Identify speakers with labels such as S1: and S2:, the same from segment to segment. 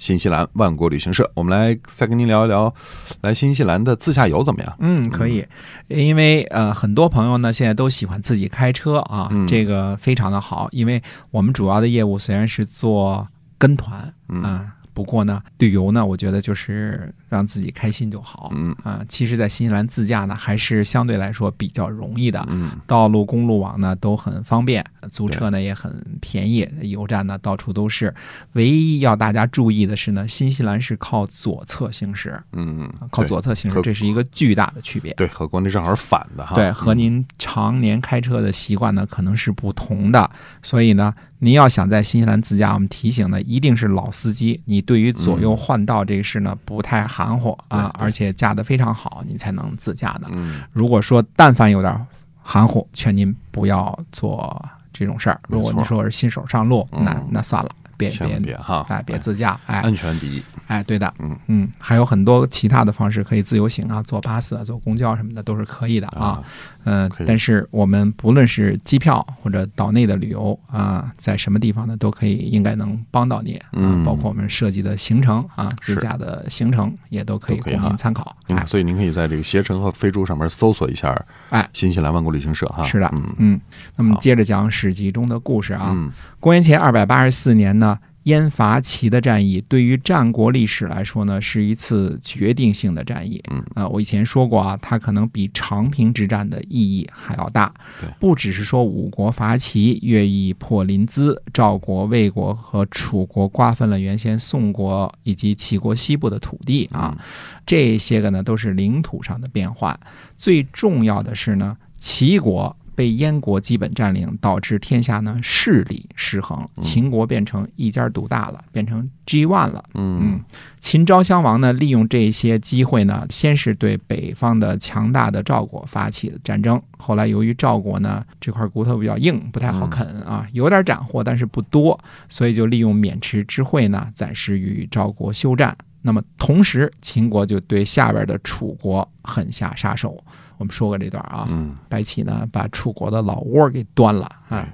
S1: 新西兰万国旅行社，我们来再跟您聊一聊来新西兰的自驾游怎么样？
S2: 嗯，可以，因为呃，很多朋友呢现在都喜欢自己开车啊，
S1: 嗯
S2: 这个非常的好，因为我们主要的业务虽然是做跟团
S1: 嗯
S2: 啊、不过呢，旅游呢，我觉得就是让自己开心就好。
S1: 嗯
S2: 啊、其实，在新西兰自驾呢，还是相对来说比较容易的。
S1: 嗯，
S2: 道路、公路网呢都很方便，租车呢也很便宜，油站呢到处都是。唯一要大家注意的是呢，新西兰是靠左侧行驶，
S1: 嗯
S2: 啊，靠
S1: 对啊嗯
S2: 左侧行驶，
S1: 和
S2: 这是一个巨大的区别。
S1: 对，和国内正好是反的哈。
S2: 对，和您常年开车的习惯呢，可能是不同的。所以呢，您要想在新西兰自驾，我们提醒呢，一定是老司机，你对于左右换道这个事呢不太含糊啊，
S1: 嗯对对
S2: 而且驾得非常好，你才能自驾的。
S1: 嗯，
S2: 如果说但凡有点含糊，劝您不要做这种事儿。
S1: 没错
S2: 如果您说是新手上路，
S1: 嗯
S2: 那那算了，别
S1: 嗯，千万别哈，
S2: 哎别自驾，哎
S1: 安全第一。
S2: 哎，对的，
S1: 嗯
S2: 还有很多其他的方式可以自由行啊，坐巴士啊，坐公交什么的都是可以的啊。嗯、
S1: 可以
S2: 但是我们不论是机票或者岛内的旅游啊，在什么地方呢，都可以应该能帮到你啊，
S1: 嗯
S2: 包括我们设计的行程啊，自
S1: 是
S2: 驾的行程也都可以
S1: 都可
S2: 供
S1: 以
S2: 您
S1: 哈
S2: 参考。
S1: 嗯，
S2: 哎，
S1: 所以您可以在这个携程和飞猪上面搜索一下，
S2: 哎
S1: 新西兰万国旅行社哈。
S2: 是的
S1: 嗯
S2: 嗯，那么
S1: 好
S2: 接着讲史记中的故事啊。
S1: 嗯
S2: 公元前二百八十四年呢，燕伐齐的战役对于战国历史来说呢，是一次决定性的战役。
S1: 嗯，
S2: 呃，我以前说过啊，它可能比长平之战的意义还要大。
S1: 对
S2: 不只是说五国伐齐、乐毅破临淄、赵国、魏国和楚国瓜分了原先宋国以及齐国西部的土地啊，
S1: 嗯
S2: 这些个呢都是领土上的变换。最重要的是呢，齐国被燕国基本占领，导致天下呢势力失衡，
S1: 嗯
S2: 秦国变成一家独大了，变成 G one 了。
S1: 嗯
S2: 嗯秦昭襄王呢，利用这些机会呢，先是对北方的强大的赵国发起了战争。后来由于赵国呢这块骨头比较硬，不太好啃啊，有点斩获，但是不多，所以就利用渑池之会呢，暂时与赵国休战。那么同时，秦国就对下边的楚国狠下杀手。我们说过这段啊，
S1: 嗯
S2: 白起呢把楚国的老窝给端了啊
S1: 对。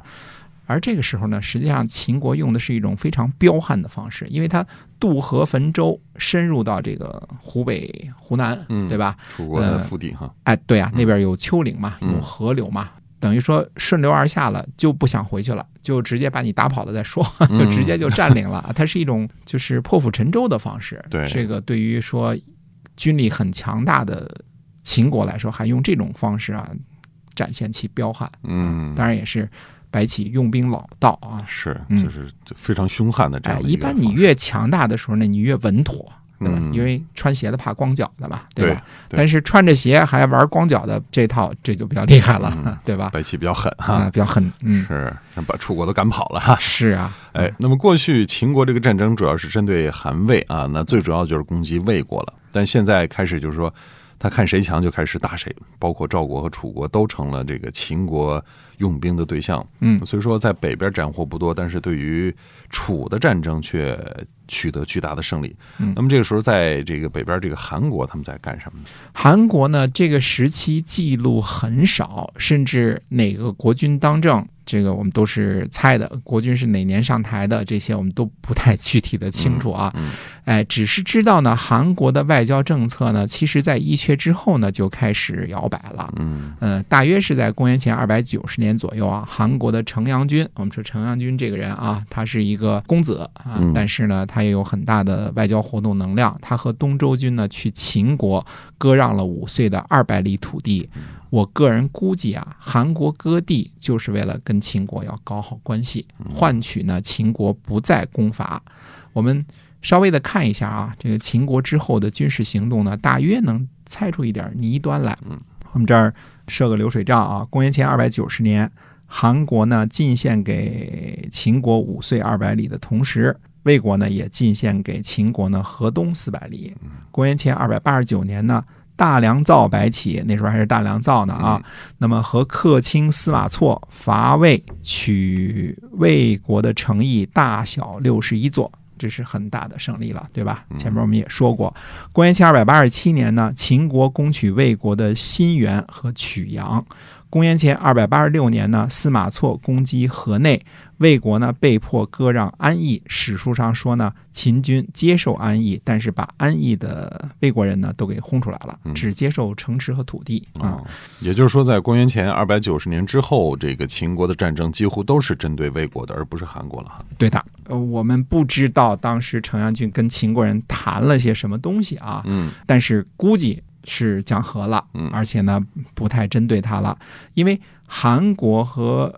S2: 而这个时候呢，实际上秦国用的是一种非常彪悍的方式，因为它渡河汾州，深入到这个湖北、湖南，
S1: 嗯
S2: 对吧？
S1: 楚国的腹地哈，
S2: 哎，对啊，那边有丘陵嘛，
S1: 嗯
S2: 有河流嘛，等于说顺流而下了，就不想回去了，就直接把你打跑了再说，呃 就直
S1: 嗯
S2: 接就占领了。它是一种就是破釜沉舟的方式。
S1: 对
S2: 这个对于说军力很强大的秦国来说，还用这种方式啊，展现其彪悍。
S1: 嗯，
S2: 当然也是白起用兵老道啊。
S1: 是
S2: 嗯
S1: 就是就非常凶悍的这
S2: 哎，
S1: 样的
S2: 一
S1: 个
S2: 般你
S1: 方式
S2: 越强大的时候呢，你越稳妥，对吧？
S1: 嗯
S2: 因为穿鞋的怕光脚的嘛，吧？
S1: 对对
S2: 但是穿着鞋还玩光脚的这套，这就比较厉害了，
S1: 嗯
S2: 对吧？
S1: 白起比较狠
S2: 啊、
S1: 哈，
S2: 比较狠，嗯，
S1: 是把楚国都赶跑了哈。
S2: 是啊，
S1: 哎，那么过去秦国这个战争主要是针对韩魏啊，那最主要就是攻击魏国了。但现在开始就是说，他看谁强就开始打谁，包括赵国和楚国都成了这个秦国用兵的对象。
S2: 嗯
S1: 所以说在北边斩获不多，但是对于楚的战争却取得巨大的胜利。
S2: 嗯
S1: 那么这个时候，在这个北边这个韩国他们在干什么呢？
S2: 韩国呢，这个时期记录很少，甚至哪个国君当政，这个我们都是猜的。国君是哪年上台的，这些我们都不太具体的清楚啊。
S1: 嗯
S2: 哎，只是知道呢，韩国的外交政策呢，其实在伊阙之后呢，就开始摇摆了。
S1: 嗯
S2: 呃，大约是在公元前二百九十年左右啊，韩国的城阳君，我们说城阳君这个人啊，他是一个公子啊
S1: 嗯，
S2: 但是呢，他也有很大的外交活动能量。他和东周军呢去秦国割让了五岁的二百里土地。我个人估计啊，韩国割地就是为了跟秦国要搞好关系，嗯换取呢秦国不再攻伐。我们稍微的看一下啊，这个秦国之后的军事行动呢，大约能猜出一点倪端来。
S1: 嗯，
S2: 我们这儿设个流水账啊，公元前二百九十年，韩国呢进献给秦国五岁二百里的同时，魏国呢也进献给秦国呢河东四百里。公元前二百八十九年呢，大良造白起，那时候还是大良造呢
S1: 嗯
S2: 啊。那么和客卿司马错伐魏，取魏国的城邑大小六十一座。这是很大的胜利了，对吧？前面我们也说过，公元前二百八十七年呢，秦国攻取魏国的新垣和曲阳。公元前二百八十六年呢，司马错攻击河内，魏国呢被迫割让安邑。史书上说呢，秦军接受安邑，但是把安邑的魏国人呢都给轰出来了
S1: 嗯，
S2: 只接受城池和土地啊。
S1: 哦，也就是说，在公元前二百九十年之后，这个秦国的战争几乎都是针对魏国的，而不是韩国了哈。
S2: 对的，呃，我们不知道当时程阳郡跟秦国人谈了些什么东西啊，
S1: 嗯
S2: 但是估计是讲和了，
S1: 嗯
S2: 而且呢不太针对他了，因为韩国和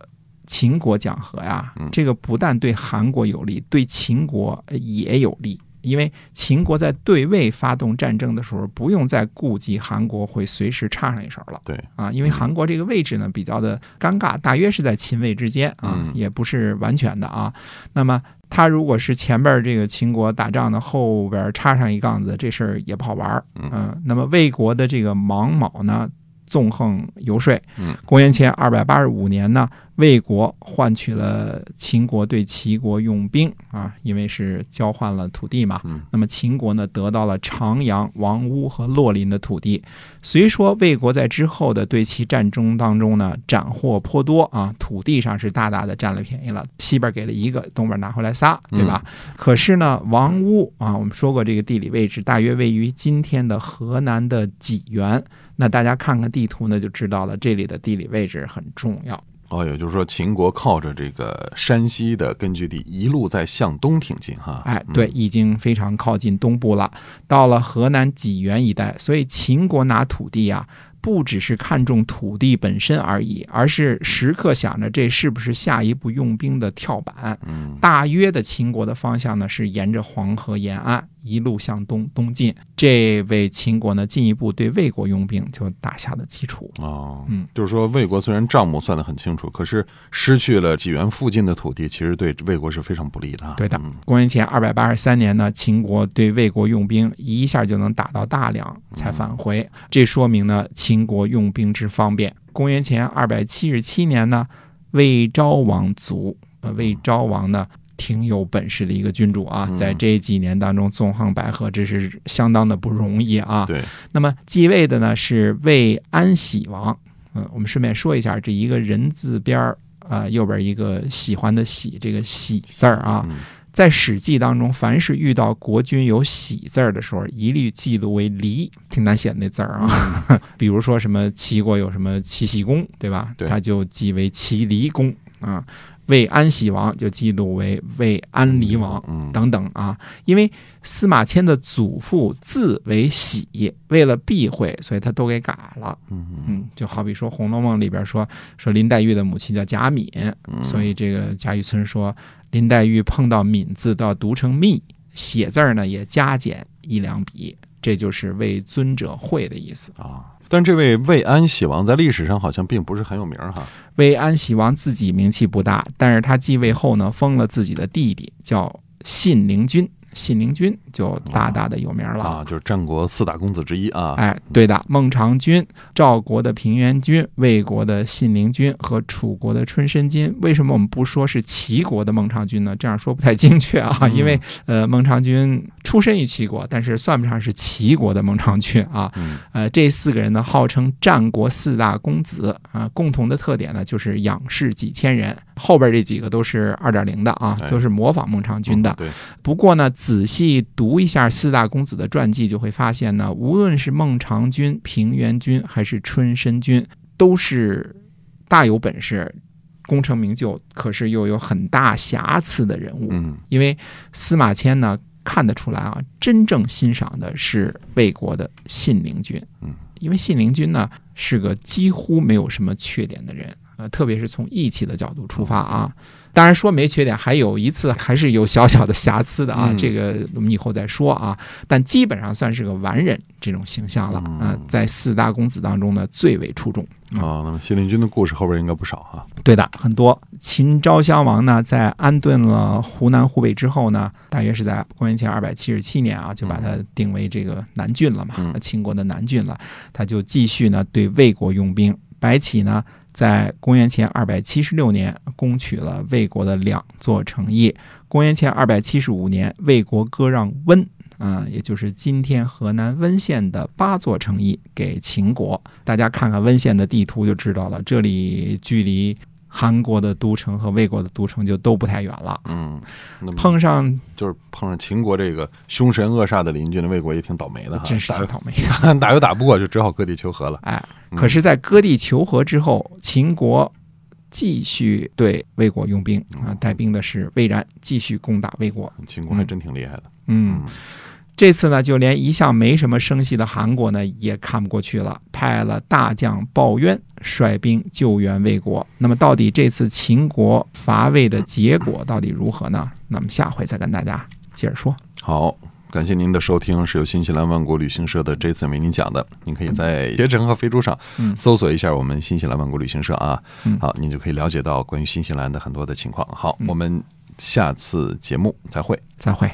S2: 秦国讲和呀
S1: 嗯，
S2: 这个不但对韩国有利，对秦国也有利。因为秦国在对魏发动战争的时候，不用再顾及韩国会随时插上一手了。
S1: 嗯对
S2: 啊，因为韩国这个位置呢比较的尴尬，大约是在秦魏之间啊，
S1: 嗯
S2: 也不是完全的啊。那么他如果是前边儿这个秦国打仗呢，后边儿插上一杠子，这事儿也不好玩儿。
S1: 嗯
S2: 那么魏国的这个芒卯呢，纵横游说。
S1: 嗯，
S2: 公元前二百八十五年呢，魏国换取了秦国对齐国用兵啊，因为是交换了土地嘛。
S1: 嗯
S2: 那么秦国呢，得到了长阳、王屋和洛林的土地。虽说魏国在之后的对齐战争当中呢，斩获颇多啊，土地上是大大的占了便宜了，西边给了一个，东边拿回来仨，对吧？可是呢，王屋啊，我们说过这个地理位置大约位于今天的河南的济源。那大家看看地图呢，就知道了，这里的地理位置很重要。
S1: 哦，也就是说，秦国靠着这个山西的根据地一路在向东挺进哈。
S2: 哎，
S1: 嗯
S2: 对，，已经非常靠近东部了，到了河南济源一带。所以秦国拿土地啊，不只是看重土地本身而已，而是时刻想着这是不是下一步用兵的跳板。
S1: 嗯
S2: 大约的秦国的方向呢，是沿着黄河沿岸一路向东东进，这为秦国呢进一步对魏国用兵就打下了基础。
S1: 哦，
S2: 嗯
S1: 就是说，魏国虽然账目算得很清楚，可是失去了济源附近的土地，其实对魏国是非常不利的啊。
S2: 对的
S1: 嗯
S2: 公元前二百八十三年呢，秦国对魏国用兵，一下就能打到大梁，才返回。这说明呢，秦国用兵之方便。公元前二百七十七年呢，魏昭王卒。呃，魏昭王呢，挺有本事的一个君主啊
S1: 嗯，
S2: 在这几年当中纵横捭阖，这是相当的不容易啊。
S1: 对，
S2: 那么继位的呢是魏安喜王。嗯，我们顺便说一下，这一个人字边儿，啊，右边一个喜欢的喜，这个喜字儿啊，
S1: 嗯
S2: 在《史记》当中，凡是遇到国君有喜字儿的时候，一律记录为黎，挺难写的那字儿
S1: 嗯
S2: 啊。 比如说什么齐国有什么齐僖公，对吧？
S1: 对
S2: 他就记为齐黎公啊。魏安喜王就记录为魏安黎王。
S1: 嗯，
S2: 等等啊，因为司马迁的祖父字为喜，为了避讳，所以他都给改了。
S1: 嗯
S2: 嗯，就好比说《红楼梦》里边说说林黛玉的母亲叫贾敏，
S1: 嗯
S2: 所以这个贾雨村说林黛玉碰到“敏”字都要读成“密”，写字儿呢也加减一两笔，这就是为尊者讳的意思。
S1: 啊，但这位魏安喜王在历史上好像并不是很有名儿哈。
S2: 魏安喜王自己名气不大，但是他继位后呢，封了自己的弟弟叫信陵君，信陵君就大大的有名了。
S1: 啊，就是战国四大公子之一啊。
S2: 哎，对的，孟尝君、赵国的平原君、魏国的信陵君和楚国的春申君，为什么我们不说是齐国的孟尝君呢？这样说不太精确啊，
S1: 嗯
S2: 因为呃，孟尝君出身于齐国，但是算不上是齐国的孟尝君啊。
S1: 嗯
S2: 呃，这四个人呢，号称战国四大公子啊、共同的特点呢就是仰视几千人，后边这几个都是二点零的啊
S1: 哎，
S2: 都是模仿孟尝君的
S1: 嗯。对，
S2: 不过呢，仔细读一下四大公子的传记，就会发现呢，无论是孟尝君、平原君还是春申君，都是大有本事、功成名就，可是又有很大瑕疵的人物。
S1: 嗯
S2: 因为司马迁呢看得出来啊，真正欣赏的是魏国的信陵君。
S1: 嗯，
S2: 因为信陵君呢是个几乎没有什么缺点的人。呃，特别是从义气的角度出发啊。
S1: 嗯
S2: 当然说没缺点，还有一次还是有小小的瑕疵的啊，
S1: 嗯
S2: 这个我们以后再说啊。但基本上算是个完人这种形象了啊、
S1: 嗯
S2: 在四大公子当中呢最为出众。嗯
S1: 啊，那么谢令君的故事后边应该不少哈。
S2: 对的，很多。秦昭襄王呢，在安顿了湖南、湖北之后呢，大约是在公元前二百七十七年啊，就把它定为这个南郡了嘛，
S1: 嗯
S2: 秦国的南郡了。他就继续呢对魏国用兵。白起呢，在公元前二百七十六年攻取了魏国的两座城邑。公元前二百七十五年，魏国割让温。啊、也就是今天河南温县的八座城邑给秦国，大家看看温县的地图就知道了。这里距离韩国的都城和魏国的都城就都不太远了。
S1: 嗯，那么
S2: 碰上
S1: 就是碰上秦国这个凶神恶煞的邻居的魏国也挺倒霉的哈，
S2: 真是
S1: 打
S2: 太
S1: 又
S2: 倒霉
S1: 打 又打不过，就只好割地求和了。
S2: 哎，
S1: 啊嗯
S2: 可是，在割地求和之后，秦国继续对魏国用兵
S1: 嗯
S2: 啊，带兵的是魏然，继续攻打魏国。
S1: 秦国还真挺厉害的。
S2: 嗯，这次呢，就连一向没什么声息的韩国呢，也看不过去了，派了大将鲍渊率兵救援魏国。那么，到底这次秦国伐魏的结果到底如何呢？那么下回再跟大家接着说。
S1: 好，感谢您的收听，是由新西兰万国旅行社的 Jason 为您讲的。您可以在携程和飞猪上
S2: 嗯
S1: 搜索一下我们新西兰万国旅行社啊
S2: 嗯，
S1: 好，您就可以了解到关于新西兰的很多的情况。好，
S2: 嗯
S1: 我们下次节目再会。
S2: 再会。